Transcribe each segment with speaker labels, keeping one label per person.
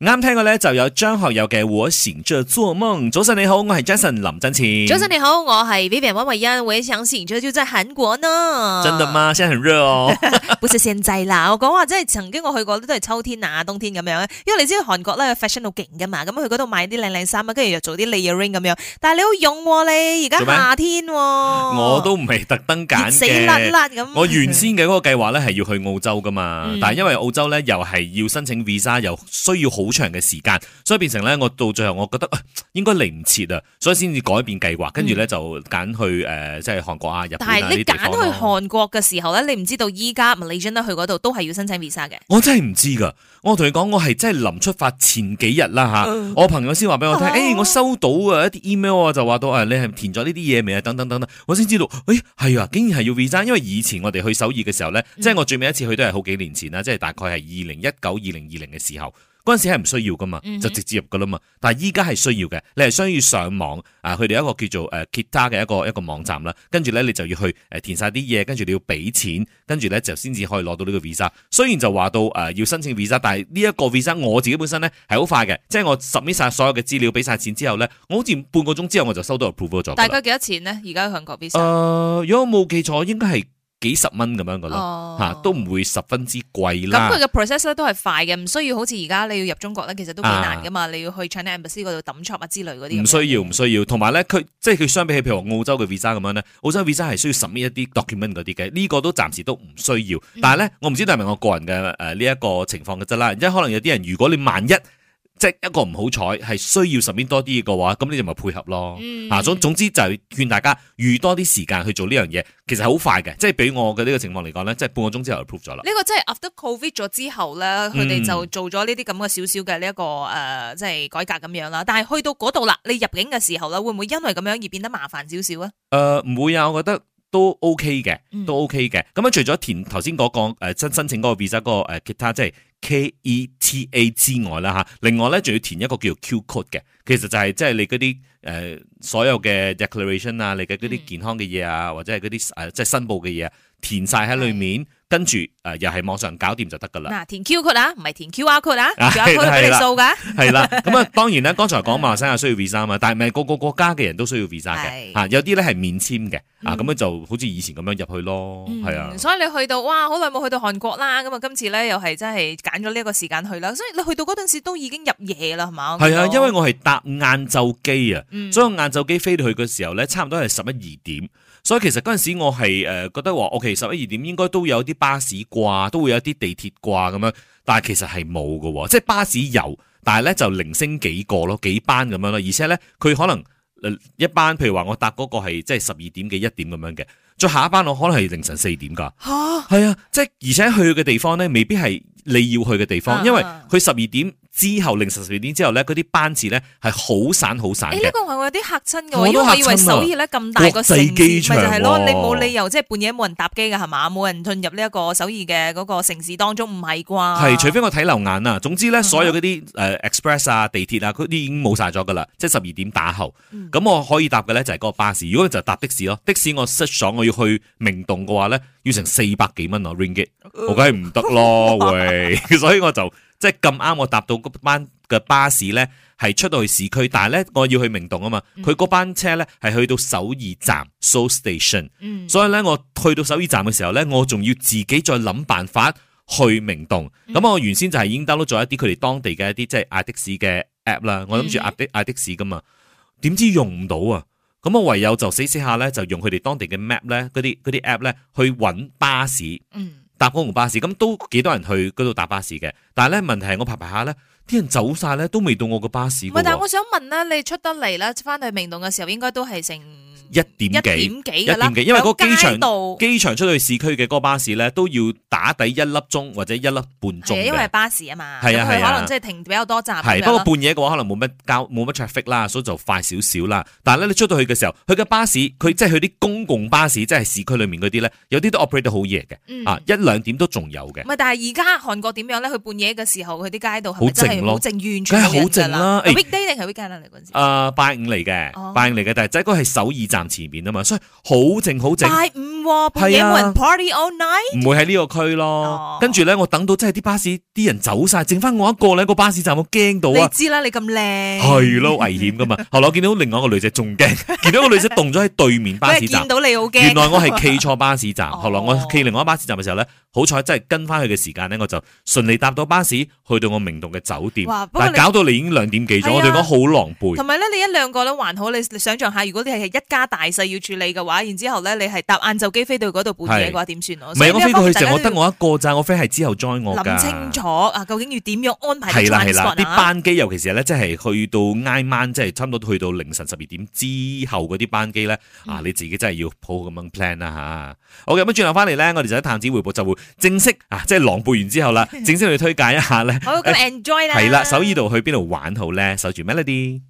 Speaker 1: 啱聽嘅咧就有張學友嘅《我醒着做夢》。早晨你好，我係 Jason 林振前。
Speaker 2: 早晨你好，我係 Vivian 溫慧欣。我也想醒着就在韓國呢。
Speaker 1: 真的？ 嗎？ 現在很熱哦。
Speaker 2: 本身限制啦，我講話即係曾經我去過都係秋天啊、冬天咁樣，因為你知道韓國咧 fashion 好勁噶嘛，咁去嗰度買啲靚靚衫啊，跟住又做啲 layering 咁樣。但係你好勇喎、你而家
Speaker 1: 做咩
Speaker 2: 夏天喎、
Speaker 1: 我都唔係特登
Speaker 2: 哦熱
Speaker 1: 揀
Speaker 2: 死甩
Speaker 1: 嘅。
Speaker 2: 甩咁。
Speaker 1: 我原先嘅嗰個計劃咧係要去澳洲噶嘛，
Speaker 2: 嗯
Speaker 1: 但係因為澳洲咧又係要申請 visa，又需要好長嘅時間，所以變成咧我到最後我覺得、啊應該嚟唔切啊，所以先至改變計劃，跟住咧就揀去誒、呃即係韓國啊、日本
Speaker 2: 嗯但
Speaker 1: 啊
Speaker 2: 係
Speaker 1: 呢啲
Speaker 2: 你
Speaker 1: 地方
Speaker 2: 揀去
Speaker 1: 咯。
Speaker 2: 韓國嘅時候咧，你唔知道依家 Malaysian 呢去嗰度都係要申請 visa 嘅。
Speaker 1: 我真係唔知噶，我同你講，我係真係臨出發前幾日啦吓，
Speaker 2: 嗯
Speaker 1: 我朋友先話俾我聽，誒、
Speaker 2: 啊
Speaker 1: 我收到啊一啲 email 啊，就話到啊，你係填咗呢啲嘢未啊？等等等等，我先知道，誒、係啊，竟然係要 visa，因為以前我哋去首爾嘅時候咧，
Speaker 2: 嗯
Speaker 1: 即係我最尾一次去都係好幾年前啦，即係大概係二零一九、二零二零嘅時候。嗰陣時係唔需要噶嘛
Speaker 2: 嗯，哼
Speaker 1: 就直接入噶啦嘛。但係依家係需要嘅，你係需要上網啊，佢哋有一個叫做誒 Kita 嘅一個一個網站啦，跟住咧你就要去誒填晒啲嘢，跟住你要俾錢，跟住咧就先至可以攞到呢個 visa。雖然就話到誒要申請 visa，但係呢一個 visa 我自己本身咧係好快嘅，即係我 submit 晒所有嘅資料，俾晒錢之後咧，我好似半個鐘之後我就呃收到 approval 咗㗎啦。
Speaker 2: 大概幾多錢呢？而家去韓國
Speaker 1: 誒
Speaker 2: visa？
Speaker 1: 如果我冇記錯，應該係幾十蚊咁樣噶咯，
Speaker 2: 哦
Speaker 1: 嚇都唔會十分之貴啦。
Speaker 2: 咁佢嘅 process 咧都係快嘅，唔需要好似而家你要入中國咧，其實都幾難噶嘛，你要去 China Embassy 嗰度抌 job 啊之類嗰啲。
Speaker 1: 啊唔需要，唔。需要。同埋咧，佢即係佢相比起譬如話澳洲嘅 visa 咁樣咧，澳洲 visa 係需要 submit 一啲 document 嗰啲嘅，呢、個都暫時都唔需要。
Speaker 2: 嗯
Speaker 1: 但係咧，我唔知道係咪我個人嘅誒呢一個情況嘅啫啦，因為可能有啲人如果你萬一即係一個唔好彩係需要 submit 多啲嘅話，咁你就咪配合咯。
Speaker 2: 嗯
Speaker 1: 啊，總總之就係勸大家預多啲時間去做呢樣嘢，其實好快嘅，即係俾我嘅呢個情況嚟講咧，即係半個鐘之後就 approve 咗啦。
Speaker 2: 呢個真係 after covid 咗之後咧，佢
Speaker 1: 嗯
Speaker 2: 哋就做咗呢啲咁嘅少少嘅呢一個誒，呃即係改革咁樣啦。但係去到嗰度啦，你入境嘅時候啦，會唔會因為咁樣而變得麻煩少少啊？
Speaker 1: 誒唔、會啊，我覺得都 OK 嘅，
Speaker 2: 嗯
Speaker 1: 都 OK 嘅。咁啊，除咗填頭先嗰個誒申、申請嗰個 visa 嗰、個誒 kita 即係 K E T A 之外啦嚇，另外咧仲要填一個叫做 Q code 嘅，其實就係即係你嗰啲誒所有嘅 declaration 啊，你嘅嗰啲
Speaker 2: 嗯
Speaker 1: 健康嘅嘢啊，或者係嗰啲誒即係申報嘅嘢啊，填晒喺裏面，跟住誒、呃又係網上搞掂就得㗎啦。
Speaker 2: 嗱，填 Q code 啊，唔係填 QR code 啊
Speaker 1: 啊
Speaker 2: ，QR code 俾
Speaker 1: 係
Speaker 2: 你
Speaker 1: 啦
Speaker 2: 掃㗎。
Speaker 1: 係啦，咁啊，當然啦，剛才講馬來西亞需要 visa 啊嘛，但係咪個個國家嘅人都需要 visa 嘅啊
Speaker 2: 係
Speaker 1: 嚇？有啲咧係免簽嘅啊，
Speaker 2: 嗯
Speaker 1: 咁樣就好似以前咁樣入去咯，係啊
Speaker 2: 嗯，。所以你去到哇，好耐冇去到韓國啦，咁啊，今次咧又係真係揀咗呢一個時間去啦，所以你去到嗰陣時都已經入夜啦，係嘛？我
Speaker 1: 係啊，
Speaker 2: 見到
Speaker 1: 因為我係搭晏晝機啊，
Speaker 2: 嗯
Speaker 1: 所以我晏晝機飛到去嘅時候咧，差唔多係十一二點，所以其實嗰陣時我係誒、呃、覺得話，OK 十一二點應該都有啲巴士啩，都會有啲地鐵啩咁樣，但係其實係冇嘅喎，即係巴士有，但係咧就零星幾個咯，幾班咁樣咯，而且咧佢可能。呃一班，譬如話我搭嗰個係即係十二點幾一點咁樣嘅，再下一班我可能係凌晨四點㗎，
Speaker 2: 嚇
Speaker 1: 係啊，即係而且去嘅地方咧，未必係你要去嘅地方，
Speaker 2: 啊
Speaker 1: 因為佢十二點之後，凌晨十二點之後咧，嗰啲班次咧係好散好散
Speaker 2: 誒
Speaker 1: 嘅
Speaker 2: 呢。個我有啲嚇親嘅
Speaker 1: 我
Speaker 2: 喎，
Speaker 1: 都
Speaker 2: 因為
Speaker 1: 嚇
Speaker 2: 我以為
Speaker 1: 親啊
Speaker 2: 首爾咧咁大個城
Speaker 1: 國際機
Speaker 2: 市，
Speaker 1: 場
Speaker 2: 咪就係咯，
Speaker 1: 喎
Speaker 2: 你冇理由即係半夜冇人搭機嘅係嘛？冇人進入呢一個首爾嘅嗰個城市當中，唔係啩？
Speaker 1: 係，除非我睇流眼啊。總之咧，
Speaker 2: 啊嗯
Speaker 1: 所有嗰啲誒 express 啊、地鐵啊，嗰啲已經冇晒咗噶啦，即係十二點打後。
Speaker 2: 嗯
Speaker 1: 咁我可以搭嘅咧就係嗰個巴士，如果就搭的士咯。的士我 search 咗我要去明洞嘅話咧，要成四百幾蚊啊 ringgit，我梗係唔得咯，
Speaker 2: 哦
Speaker 1: 喂！ 所以我就即係咁啱我搭到嗰班嘅巴士咧，係出到去市區，但係咧我要去明洞啊嘛，
Speaker 2: 嗯
Speaker 1: 佢嗰班車咧係去到首爾站 Seoul Station。
Speaker 2: 嗯
Speaker 1: 所以咧，我去到首爾站嘅時候咧，我仲要自己再諗辦法去明洞。
Speaker 2: 嗯
Speaker 1: 咁、我原先就係已經 download 咗一啲佢哋當地嘅一啲即係嗌的士嘅 app 啦，我諗
Speaker 2: 嗯
Speaker 1: 住嗌的嗌的士噶嘛，點知用唔到啊！咁我唯有就死死下咧，就用佢哋當地嘅 map 咧，嗰啲嗰啲 app 咧去揾巴士。
Speaker 2: 嗯，
Speaker 1: 搭公共巴士，咁都幾多人去嗰度搭巴士嘅。但係咧問題係我排排下咧，啲人走晒咧，都未到我個巴士
Speaker 2: 唔
Speaker 1: 嘅
Speaker 2: 係，但係
Speaker 1: 喎。
Speaker 2: 我想問咧，你出得嚟啦，翻到去明洞嘅時候應該都係成
Speaker 1: 一點幾
Speaker 2: 一點幾㗎啦
Speaker 1: 一點幾因為嗰個機場
Speaker 2: 響街道啊
Speaker 1: 機場出去市區嘅嗰個巴士咧，都要打底一粒鐘或者一粒半鐘
Speaker 2: 係啊因為係
Speaker 1: 嘅。
Speaker 2: 巴士啊嘛，
Speaker 1: 係啊
Speaker 2: 咁佢
Speaker 1: 係啊
Speaker 2: 可能即係停比較多站咁樣
Speaker 1: 係，
Speaker 2: 啦。
Speaker 1: 不過半夜嘅話可能冇乜交冇乜 traffic 啦，所以就快少少啦。但係咧，你出到去嘅時候，佢嘅巴士，佢即係佢啲公共巴士，即係市區裏面嗰啲咧，有啲都 operate 得好夜嘅，
Speaker 2: 嗯啊
Speaker 1: 啊一兩點都仲有嘅
Speaker 2: 唔。係，但係而家韓國點樣咧？佢半夜嘅時候，佢啲街道係咪真係
Speaker 1: 好
Speaker 2: 好
Speaker 1: 靜
Speaker 2: 靜，完
Speaker 1: 梗
Speaker 2: 全
Speaker 1: 係
Speaker 2: 冇人
Speaker 1: 好靜
Speaker 2: 㗎
Speaker 1: 啦
Speaker 2: 啦。
Speaker 1: 誒
Speaker 2: weekday 定係 weekend 啊？你嗰陣時
Speaker 1: 誒、拜五嚟嘅，
Speaker 2: 哦
Speaker 1: 拜五嚟嘅，但係即係嗰係首爾站站前面啊嘛，所以好靜好靜。
Speaker 2: 拜五喎半夜
Speaker 1: 係啊
Speaker 2: 冇人 party all night，
Speaker 1: 唔會喺呢個區
Speaker 2: 哦
Speaker 1: 咯，跟住咧，我等到真係啲巴士啲人走晒，剩翻我一個咧，個巴士站我驚到
Speaker 2: 你
Speaker 1: 啊！
Speaker 2: 知啦，你咁靚，
Speaker 1: 係咯，危險 噶嘛。後來我見到另外一個女仔仲驚， 見到個女仔凍咗喺對面巴
Speaker 2: 佢
Speaker 1: 士
Speaker 2: 係
Speaker 1: 站
Speaker 2: 見。到你好驚。
Speaker 1: 原來我係企錯巴士 站，
Speaker 2: 哦
Speaker 1: 後來我企另外一巴士站嘅時候咧，好彩真係跟翻佢嘅時間咧，我就順利搭到巴士去到我明洞嘅酒店
Speaker 2: 哇。不過
Speaker 1: 但係
Speaker 2: 你
Speaker 1: 搞到你已經兩點幾
Speaker 2: 係啊
Speaker 1: 咗，我哋講好狼狽。
Speaker 2: 同埋咧，你一兩個咧還好，你你想象下，如果你係一家大細要處理嘅話，然之後咧你係搭晏晝機飛到嗰度半夜嘅話，點算啊？
Speaker 1: 唔係我飛過去時候，我得
Speaker 2: 所以呢一方面
Speaker 1: 我一個咋，我 friend 係之後 join 我
Speaker 2: 大
Speaker 1: 㗎。
Speaker 2: 家都要諗清楚啊，究竟要點樣安排
Speaker 1: 係
Speaker 2: 啲
Speaker 1: 啦係啦，
Speaker 2: transport
Speaker 1: 啲
Speaker 2: 啊？
Speaker 1: 班機尤其是咧，即係去到挨晚，即係差唔多去到凌晨十二點之後嗰啲班機咧，啊
Speaker 2: 嗯
Speaker 1: 你自己真係要好好咁樣 plan 啦吓。好嘅，咁轉頭翻嚟咧，我哋就喺探子回報就會正式啊，即係狼狽完之 後啦，正式去推介一下咧。
Speaker 2: 好咁 enjoy 啦，
Speaker 1: 系啦，首爾度去邊度玩好咧？守住 Melody。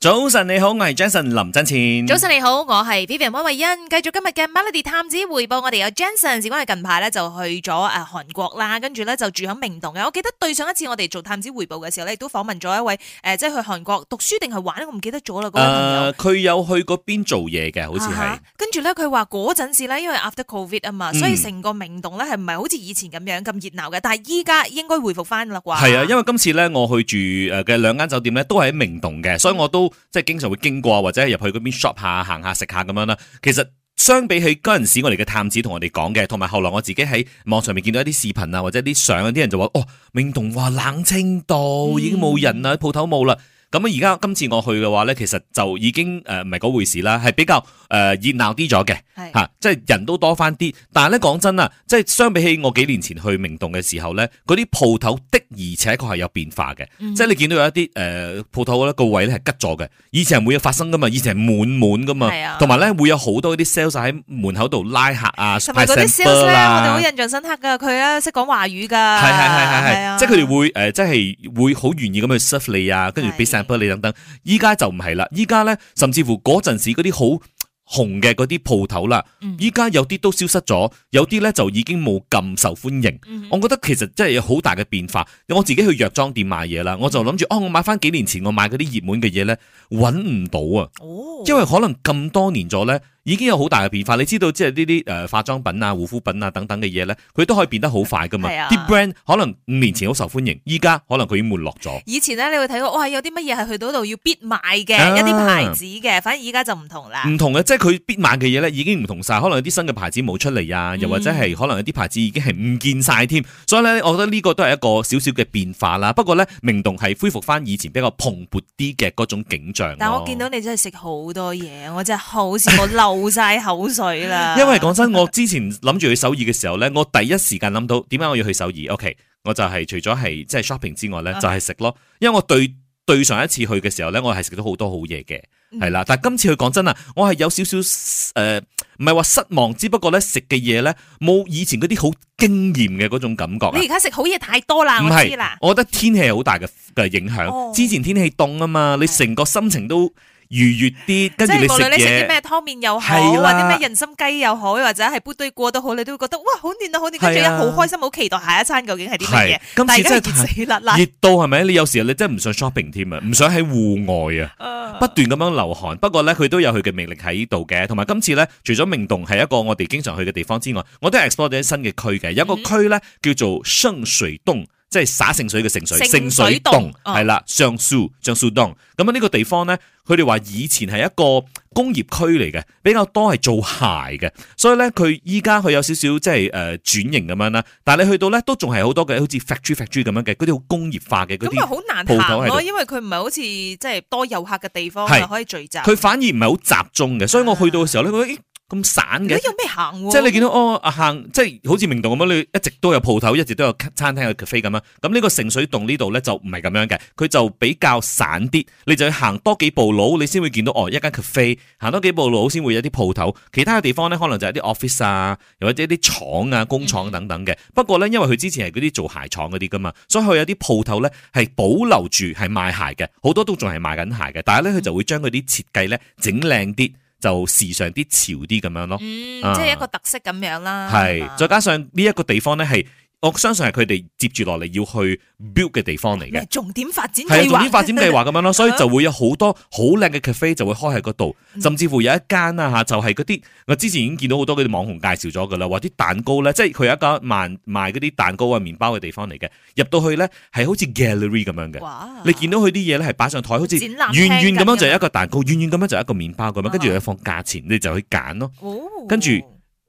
Speaker 1: 早晨你好，我係 Jason 林振前。
Speaker 2: 早晨你好，我係 Vivian 温慧欣，繼續今日嘅 Melody 探子回報，我哋有 Jensen，事關係近排咧就去咗诶韓國啦，跟住咧就住喺明洞嘅。我記得對上一次我哋做探子回報嘅時候咧，亦都訪問咗一位诶、呃即係去韓國讀書定係玩，我唔記得咗啦嗰位朋
Speaker 1: 誒，
Speaker 2: 友。
Speaker 1: 佢有去嗰邊做嘢嘅，啊好似
Speaker 2: 啊哈
Speaker 1: 係。
Speaker 2: 跟住咧，佢話嗰陣時咧，因為 after covid 啊嘛，
Speaker 1: 嗯
Speaker 2: 所以成個明洞咧係唔係好似以前咁樣咁熱鬧嘅？但係依家應該回復翻啦啩？
Speaker 1: 係啊，因為今次咧，我去住誒呃嘅兩間酒店咧，都係喺明洞嘅，所以我都即係經常會經過或者係入去嗰邊 shop 下、行下、食下咁樣啦。其實相比起嗰陣時我哋嘅探子同我哋講嘅，同埋後來我自己喺網上面見到一啲視頻啊，或者啲相，啲人就話：哦，明洞哇冷清到已經冇人啦，鋪頭冇啦。咁而家今次我去嘅話咧，其實就已經誒唔係嗰回事啦，係比較誒、呃、熱鬧啲咗嘅。
Speaker 2: 係
Speaker 1: 嚇、即係人都多翻啲。但係咧講真啊，即係相比起我幾年前去明洞嘅時候咧，嗰啲鋪頭的而且確係有變化嘅。
Speaker 2: 嗯
Speaker 1: 即係你見到有一啲誒鋪頭咧個位咧係吉咗嘅，以前係每日發生噶嘛，以前係滿滿噶嘛
Speaker 2: 嗯係啊，
Speaker 1: 同埋咧會有好多嗰啲 sales 喺門口度拉客啊，
Speaker 2: 同埋嗰
Speaker 1: 派
Speaker 2: 啲
Speaker 1: sample
Speaker 2: sales 咧，我哋
Speaker 1: 啦
Speaker 2: 好印象深刻噶，佢咧識講華語㗎，
Speaker 1: 係係係係係，
Speaker 2: 啊
Speaker 1: 即係佢哋會誒、呃即係會好願意咁去 serve 你啊，跟住俾
Speaker 2: 係
Speaker 1: sample 你等等。依家就唔係啦，依家咧甚至乎嗰陣時嗰啲好紅嘅嗰啲鋪頭啦
Speaker 2: 嗯，
Speaker 1: 依家有啲都消失咗，有啲咧就已經冇咁受歡迎。
Speaker 2: 嗯
Speaker 1: 我覺得其實真係有好大嘅變化。我自己去藥妝店買嘢啦，我就諗住哦，我買翻幾年前我買嗰啲熱門嘅嘢咧，揾唔到啊，
Speaker 2: 哦，
Speaker 1: 因為可能咁多年咗咧，已經有好大嘅變化。你知道即係呢啲誒化妝品啊、護膚品啊等等嘅嘢咧，佢都可以變得好快噶嘛。
Speaker 2: 係啊
Speaker 1: 啲 brand 可能五年前好受歡迎，依家可能佢已經沒落咗。
Speaker 2: 以前咧，你會睇到哇，有啲乜嘢係去到度要必買嘅、
Speaker 1: 啊嗯
Speaker 2: 一啲牌子嘅，反而依家就唔同啦。
Speaker 1: 唔同嘅，即係佢必買嘅嘢咧，已經唔同晒。可能有啲新嘅牌子冇出嚟
Speaker 2: 嗯
Speaker 1: 啊，又或者係可能有啲牌子已經係唔見晒添。所以咧，我覺得呢個都係一個少少嘅變化啦。不過咧，明洞係恢復翻以前比較蓬勃啲嘅嗰種景象咯。
Speaker 2: 但我見到你真係食好多嘢，我真係好羨慕流晒口水 啦。
Speaker 1: 因為講真，我之前諗住去首爾嘅時候咧，我第一時間諗到點解我要去首爾？OK，我就係除咗係即係 shopping 之外咧，
Speaker 2: 啊
Speaker 1: 就係食咯。因為我對對上一次去嘅時候咧，我係食咗好多好嘢嘅，
Speaker 2: 嗯
Speaker 1: 係啦。但係今次去講真啊，我係有少少誒，唔係話失望，只不過咧食嘅嘢咧冇以前嗰啲好驚豔嘅嗰種感覺啊
Speaker 2: 你而家食好嘢太多啦，
Speaker 1: 唔
Speaker 2: 啊我知
Speaker 1: 係
Speaker 2: 啦，。
Speaker 1: 我覺得天氣係好大嘅嘅影響。
Speaker 2: 哦
Speaker 1: 之前天氣凍啊嘛，你成個心情都愉悅啲，跟
Speaker 2: 即
Speaker 1: 住
Speaker 2: 係無
Speaker 1: 食
Speaker 2: 論你食啲
Speaker 1: 嘢。
Speaker 2: 咩湯麵又好，
Speaker 1: 係
Speaker 2: 或
Speaker 1: 啦
Speaker 2: 者咩人參雞又好，或者係杯堆過都好，你都會覺得哇好暖啊好暖，跟住
Speaker 1: 係
Speaker 2: 一
Speaker 1: 啊
Speaker 2: 好開心，好期待下一餐究竟係啲乜嘢
Speaker 1: 係。今
Speaker 2: 但係
Speaker 1: 次
Speaker 2: 而家
Speaker 1: 真係
Speaker 2: 係
Speaker 1: 太
Speaker 2: 熱死辣辣。
Speaker 1: 熱到係咪？你有時候你真係唔想 shopping 添啊，唔想喺戶外啊，
Speaker 2: 啊
Speaker 1: 不斷咁樣流汗。不過咧，佢都有佢嘅魅力喺度嘅。同埋今次咧，除咗明洞係一個我哋經常去嘅地方之外，我都係 explore 咗啲新嘅區嘅。有一個區咧叫做聖水洞。即係灑聖水嘅聖水，
Speaker 2: 聖
Speaker 1: 聖
Speaker 2: 水
Speaker 1: 水
Speaker 2: 洞
Speaker 1: 洞
Speaker 2: 哦
Speaker 1: 係啦，上樹上樹洞。咁啊呢個地方咧，佢哋話以前係一個工業區嚟嘅，比較多係做鞋嘅，所以咧佢依家佢有少少即係誒轉型咁樣啦。但係你去到咧都仲係好多嘅，好似 factory factory 咁樣嘅，嗰啲好工業化嘅嗰
Speaker 2: 咁咪啊
Speaker 1: 啲
Speaker 2: 好難
Speaker 1: 鋪頭
Speaker 2: 行
Speaker 1: 喺度
Speaker 2: 咯，因為佢唔係好似即係多遊客嘅地方
Speaker 1: 係
Speaker 2: 啊可以聚集。
Speaker 1: 佢反而唔係好集中嘅，所以我去到嘅時候咧，覺得咦咁散
Speaker 2: 如
Speaker 1: 嘅
Speaker 2: 果，有咩行喎？
Speaker 1: 即係你見到哦啊行，即係好似明洞咁啊樣，你一直都有鋪頭，一直都有餐廳有 cafe 咁樣。咁呢個聖水洞呢度咧就唔係咁樣嘅，佢就比較散啲，你就要行多幾步路，你先會見到哦一間 cafe，行多幾步路先會有啲鋪頭。其他嘅地方咧，可能就係啲 office 啊，又或者啲廠啊、工廠
Speaker 2: 嗯
Speaker 1: 等等嘅。不過咧，因為佢之前係嗰啲做鞋廠嗰啲噶嘛，所以佢有啲鋪頭咧係保留住係賣鞋嘅，好多都仲係賣緊鞋嘅。但係咧，佢就會將佢啲設計咧整靚啲，就時尚啲、潮啲咁樣咯。
Speaker 2: 嗯，
Speaker 1: 啊
Speaker 2: 即係一個特色咁樣啦。
Speaker 1: 係，
Speaker 2: 嘛
Speaker 1: 再加上呢一個地方咧係我相信係佢哋接住落嚟要去 build 嘅地方嚟嘅
Speaker 2: 咩。重點發展
Speaker 1: 係啊，
Speaker 2: 計
Speaker 1: 重點
Speaker 2: 劃，
Speaker 1: 發展計劃咁 樣咯，所以就會有好多好靚嘅 cafe 就會開喺嗰度，
Speaker 2: 嗯
Speaker 1: 甚至乎有一間啊嚇，就係嗰啲我之前已經見到好多嗰啲網紅介紹咗噶啦，話啲蛋糕咧，即係佢有一間賣賣嗰啲蛋糕啊、麵包嘅地方嚟嘅，入到去咧係好似 gallery 咁 樣嘅。
Speaker 2: 哇
Speaker 1: 你見到佢啲嘢咧係擺上台，好似
Speaker 2: 展
Speaker 1: 遠
Speaker 2: 覽廳
Speaker 1: 遠咁樣就
Speaker 2: 咁樣
Speaker 1: 有一個蛋糕，遠遠咁樣就有一個麵包咁樣，跟住
Speaker 2: 啊
Speaker 1: 你放價錢，你就去揀咯。
Speaker 2: 哦
Speaker 1: 跟住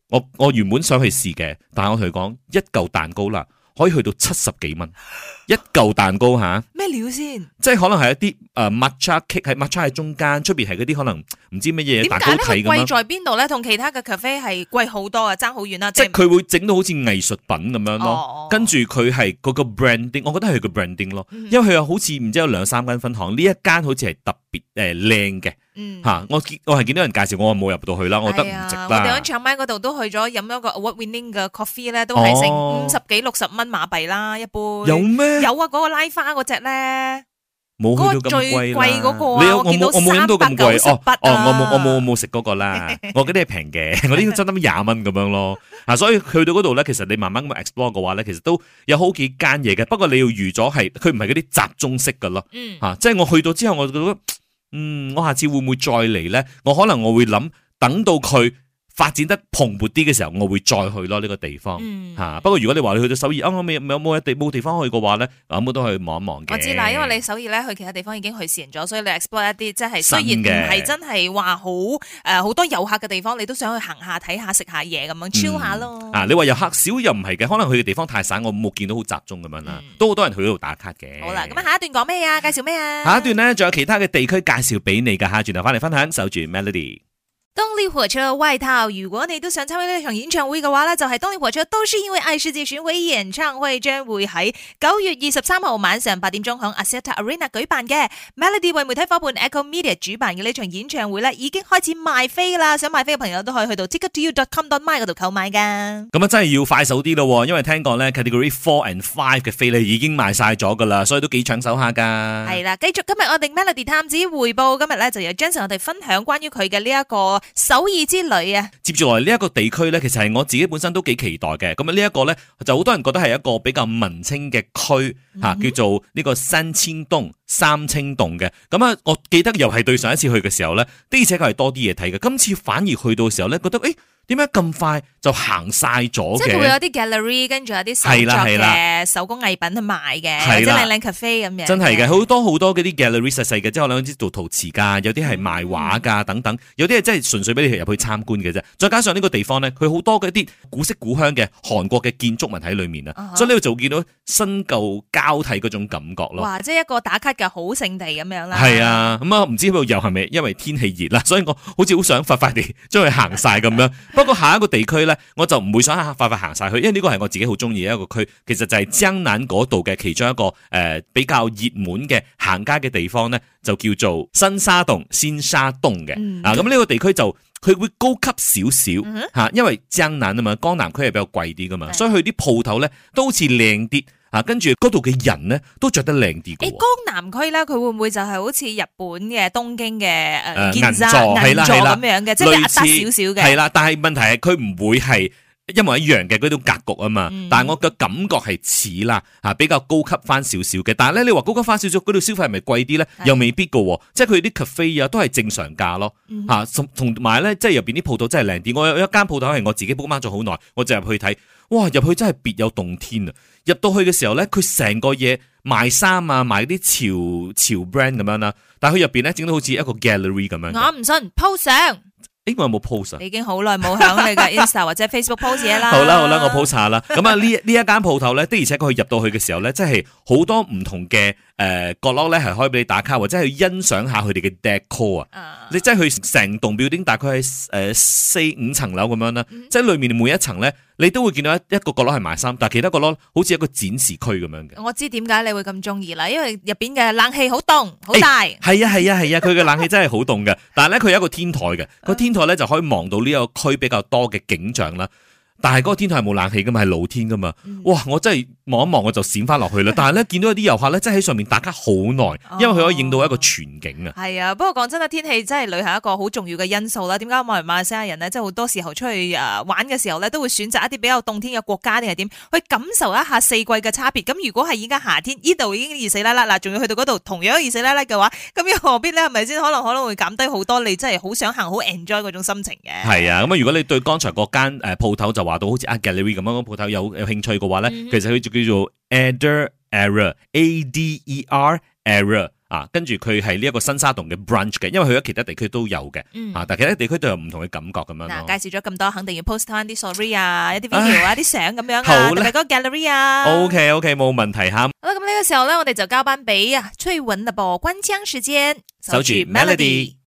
Speaker 1: 我我原本想去試嘅，但係我同佢講一嚿蛋糕啦，可以去到七十幾蚊，一嚿蛋糕嚇。
Speaker 2: 咩料先？
Speaker 1: 即係可能係一啲誒抹茶 cake 喺抹茶喺中間，出邊係嗰啲可能唔知乜嘢
Speaker 2: 點
Speaker 1: 蛋
Speaker 2: 解
Speaker 1: 糕
Speaker 2: 咧？
Speaker 1: 體
Speaker 2: 佢
Speaker 1: 咁
Speaker 2: 貴
Speaker 1: 樣，
Speaker 2: 在邊度咧？同其他嘅 cafe 係貴好多啊，爭好遠啦！
Speaker 1: 即
Speaker 2: 即
Speaker 1: 係
Speaker 2: 係
Speaker 1: 佢會整到好似藝術品咁樣
Speaker 2: 哦
Speaker 1: 咯。跟住佢係嗰個 branding，我覺得係佢個 branding 咯，
Speaker 2: 嗯
Speaker 1: 因為佢有好似唔知有兩三間分行，呢一間好似係特別誒靚嘅
Speaker 2: 嗯。
Speaker 1: 嚇。我見我係見到人介紹，我冇入到去啦，我覺得
Speaker 2: 係
Speaker 1: 唔
Speaker 2: 啊
Speaker 1: 值
Speaker 2: 我哋喺
Speaker 1: 啦。
Speaker 2: 長麥嗰度都去咗飲一個 award winning 嘅 coffee 咧，都係成
Speaker 1: 哦
Speaker 2: 五十幾六十蚊馬幣啦一杯。
Speaker 1: 有咩？
Speaker 2: 有啊，嗰個拉花嗰只咧，
Speaker 1: 冇去
Speaker 2: 嗰
Speaker 1: 到咁
Speaker 2: 個最
Speaker 1: 貴
Speaker 2: 貴
Speaker 1: 啦。
Speaker 2: 嗰個啊
Speaker 1: 你有
Speaker 2: 我
Speaker 1: 我冇
Speaker 2: 見到
Speaker 1: 我冇飲到咁貴哦
Speaker 2: 398啊
Speaker 1: 哦，我冇我冇我冇食嗰個啦，我嗰啲係平嘅，我呢啲真得廿蚊咁樣咯。啊，所以去到嗰度咧，其實你慢慢咁 explore 嘅話咧，其實都有好幾間嘢嘅。不過你要預咗係佢唔係嗰啲集中式噶咯，
Speaker 2: 嗯，
Speaker 1: 嚇、即係我去到之後，我覺得嗯，我下次會唔會再嚟咧？我可能我會諗，等到佢發展得蓬勃啲嘅時候，我會再去咯呢、個地方。
Speaker 2: 嗯
Speaker 1: 嚇不過如果你話你去到首爾，啊，我未有冇地冇地方去嘅話咧，咁我都去望一望嘅。
Speaker 2: 我知啦，因為你首爾咧去其他地方已經去試完咗，所以你 explore 一啲即係雖
Speaker 1: 新嘅
Speaker 2: 然唔係真係話好誒好多遊客嘅地方，你都想去行下睇下食下嘢咁樣 chill 下咯。
Speaker 1: 啊，你話遊客少又唔係嘅，可能佢嘅地方太散，我冇見到好集中咁樣啦，
Speaker 2: 嗯
Speaker 1: 都好多人去嗰度打卡嘅。
Speaker 2: 好啦，咁啊下一段講咩啊？介紹咩啊？
Speaker 1: 下一段呢，仲有其他嘅地區介紹俾你㗎嚇，轉頭翻嚟分享，守住 Melody。
Speaker 2: 動力火車外套，如果你都想參加呢場演唱會嘅話呢就係、動力火車都是因為愛世界巡迴演唱會將會喺九月二十三號晚上八點鐘響 Axiata Arena 舉辦嘅。Melody 為媒體伙伴 Echo Media 主辦嘅呢場演唱會呢已經開始賣飛啦，想買飛嘅朋友都可以去到 tickettoyou.com.my 嗰度購買噶。
Speaker 1: 咁啊，真係要快手啲咯喎，因為聽講咧 category four and five 嘅飛咧已經賣晒咗㗎啦，所以都幾搶手下㗎。
Speaker 2: 係啦，繼續今日我哋 Melody 探子匯報，今日呢就由 Jason 我哋分享關於佢嘅呢一個首爾之旅啊。
Speaker 1: 接住來呢一個地區咧，其實係我自己本身都幾期待嘅。咁啊，呢一個咧就好多人覺得係一個比較文青嘅區
Speaker 2: 嗯
Speaker 1: 嚇，叫做呢個新千洞、三清洞嘅。咁啊，我記得又係對上一次去嘅時候咧，的而且確係多啲嘢睇嘅。今次反而去到嘅時候咧，覺得誒點解咁快就行晒咗
Speaker 2: 即係佢會有
Speaker 1: 嘅？
Speaker 2: 啲 gallery，跟住有啲手
Speaker 1: 係啦
Speaker 2: 作
Speaker 1: 係
Speaker 2: 嘅手工藝品去賣嘅，
Speaker 1: 係啦
Speaker 2: 或者靚靚 cafe 咁樣。
Speaker 1: 真係嘅，好多好多嗰啲 gallery 細細嘅，即係我兩知做陶瓷㗎，有啲係賣畫㗎等等，有啲係真係純粹俾你入去參觀嘅啫。再加上呢個地方咧，佢好多嗰啲古色古香嘅韓國嘅建築物喺裏面啊
Speaker 2: 啊哈
Speaker 1: 所以呢度就會見到新舊交替嗰種感覺咯。
Speaker 2: 哇！即係一個打卡嘅好勝地咁樣啦。
Speaker 1: 係，啊，咁啊，唔知道又係咪因為天氣熱啦， 所以我好似好想快快地將佢行晒咁 樣。不過下一個地區咧，我就唔會想快快行晒去，因為呢個係我自己好中意嘅一個區，其實就係江南嗰度嘅其中一個誒、呃比較熱門嘅行街嘅地方咧，就叫做新沙洞、仙沙洞嘅、
Speaker 2: 嗯
Speaker 1: 啊。咁呢個地區就佢會高級少少
Speaker 2: 嗯哼
Speaker 1: 嚇，因為江南啊嘛，江南區係比較貴啲噶嘛，
Speaker 2: 係
Speaker 1: 所以佢啲鋪頭咧都好似靚啲啊，跟住嗰度嘅人咧都着得靚啲嘅喎。
Speaker 2: 誒江南區咧，佢會唔會就係好似日本嘅東京嘅
Speaker 1: 誒
Speaker 2: 誒建
Speaker 1: 銀座
Speaker 2: 築
Speaker 1: 係
Speaker 2: 銀
Speaker 1: 啦
Speaker 2: 座
Speaker 1: 係啦
Speaker 2: 咁樣嘅，即係
Speaker 1: 類
Speaker 2: 壓得
Speaker 1: 似
Speaker 2: 少少
Speaker 1: 係
Speaker 2: 嘅。
Speaker 1: 啦，但係問題係佢唔會係一模一樣嘅嗰種格局啊嘛。
Speaker 2: 嗯
Speaker 1: 但係我嘅感覺係似啦，嚇比較高級翻少少嘅。但係咧，你話高級翻少少，嗰度消費係咪貴啲咧？
Speaker 2: 係
Speaker 1: 又未必嘅喎，即係佢啲 cafe 啊都係正常價咯。
Speaker 2: 嗯
Speaker 1: 嚇，同同埋咧，即係入邊啲鋪頭真係靚啲。我有有一間鋪頭係我自己 book 咗好耐，我就入去睇，哇！入去真係別有洞天啊！入到去嘅時候咧，佢成個嘢賣衫啊，賣啲潮潮 brand 咁樣啦，但係佢入邊咧整到好似一個 gallery 咁樣嘅。
Speaker 2: 我唔信，po 相，
Speaker 1: 誒，我有冇 post 啊？
Speaker 2: 你已經好耐冇響你嘅 Insta 或者 Facebook post 嘢啦。
Speaker 1: 好啦好啦，我 post 下啦。咁啊呢呢一間鋪頭咧，的而且確佢入到去嘅時候咧，即係好多唔同嘅誒角落咧，係可以俾你打卡，或者去欣賞下佢哋嘅 decor 啊。
Speaker 2: 啊。
Speaker 1: 你即係去成棟 building 大概係誒四五層樓咁樣啦，即係裏面每一層咧，你都會見到一一個角落係賣衫，但係其他角落好似一個展示區咁樣嘅。
Speaker 2: 我知點解你會咁中意啦，因為入邊嘅冷氣好凍，好大。
Speaker 1: 係啊係啊係啊，佢嘅冷氣真係好凍嘅，但係咧佢有一個天台嘅，個天台咧就可以望到呢個區比較多嘅景象啦。但係嗰個天台係冇冷氣噶嘛，係露天噶嘛。哇！我真係望一望我就閃翻落去啦。但係咧見到有啲遊客咧，真係喺上面打卡好耐，因為佢可以影到一個全景啊。
Speaker 2: 係啊，不過講真啦，天氣真係旅行一個好重要嘅因素啦。點解我哋馬來西亞人呢？即係好多時候出去誒玩嘅時候咧，都會選擇一啲比較凍天嘅國家定係點，去感受一下四季嘅差別。咁如果係依家夏天，呢度已經熱死啦啦，嗱，仲要去到嗰度同樣熱死啦啦嘅話，咁又何必呢？係咪先？可能可能會減低好多你真係好想行、好 enjoy 嗰種心情嘅。
Speaker 1: 係啊，咁啊，如果你對剛才嗰間誒鋪頭就話到好似啊 gallery 咁樣嗰鋪頭有有興趣嘅話咧，
Speaker 2: 嗯哼
Speaker 1: 其實佢就叫做 Ader Error A D E R Error 啊，跟住佢係呢一個新沙洞嘅 branch 嘅，因為佢喺其他地區都有嘅
Speaker 2: 嗯
Speaker 1: 啊，但係其他地區都有唔同嘅感覺咁樣咯
Speaker 2: 嗱，。介紹咗咁多，肯定要 post 翻啲 story 啊，一啲 video 啊，啲相咁樣啊，
Speaker 1: 好
Speaker 2: 同
Speaker 1: 啦
Speaker 2: 埋嗰個 gallery 啊。
Speaker 1: O K O K，冇問題嚇。
Speaker 2: 好啦，咁呢個時候咧，我哋就交班俾啊崔允啦噃，關槍時間，
Speaker 1: 守住 Melody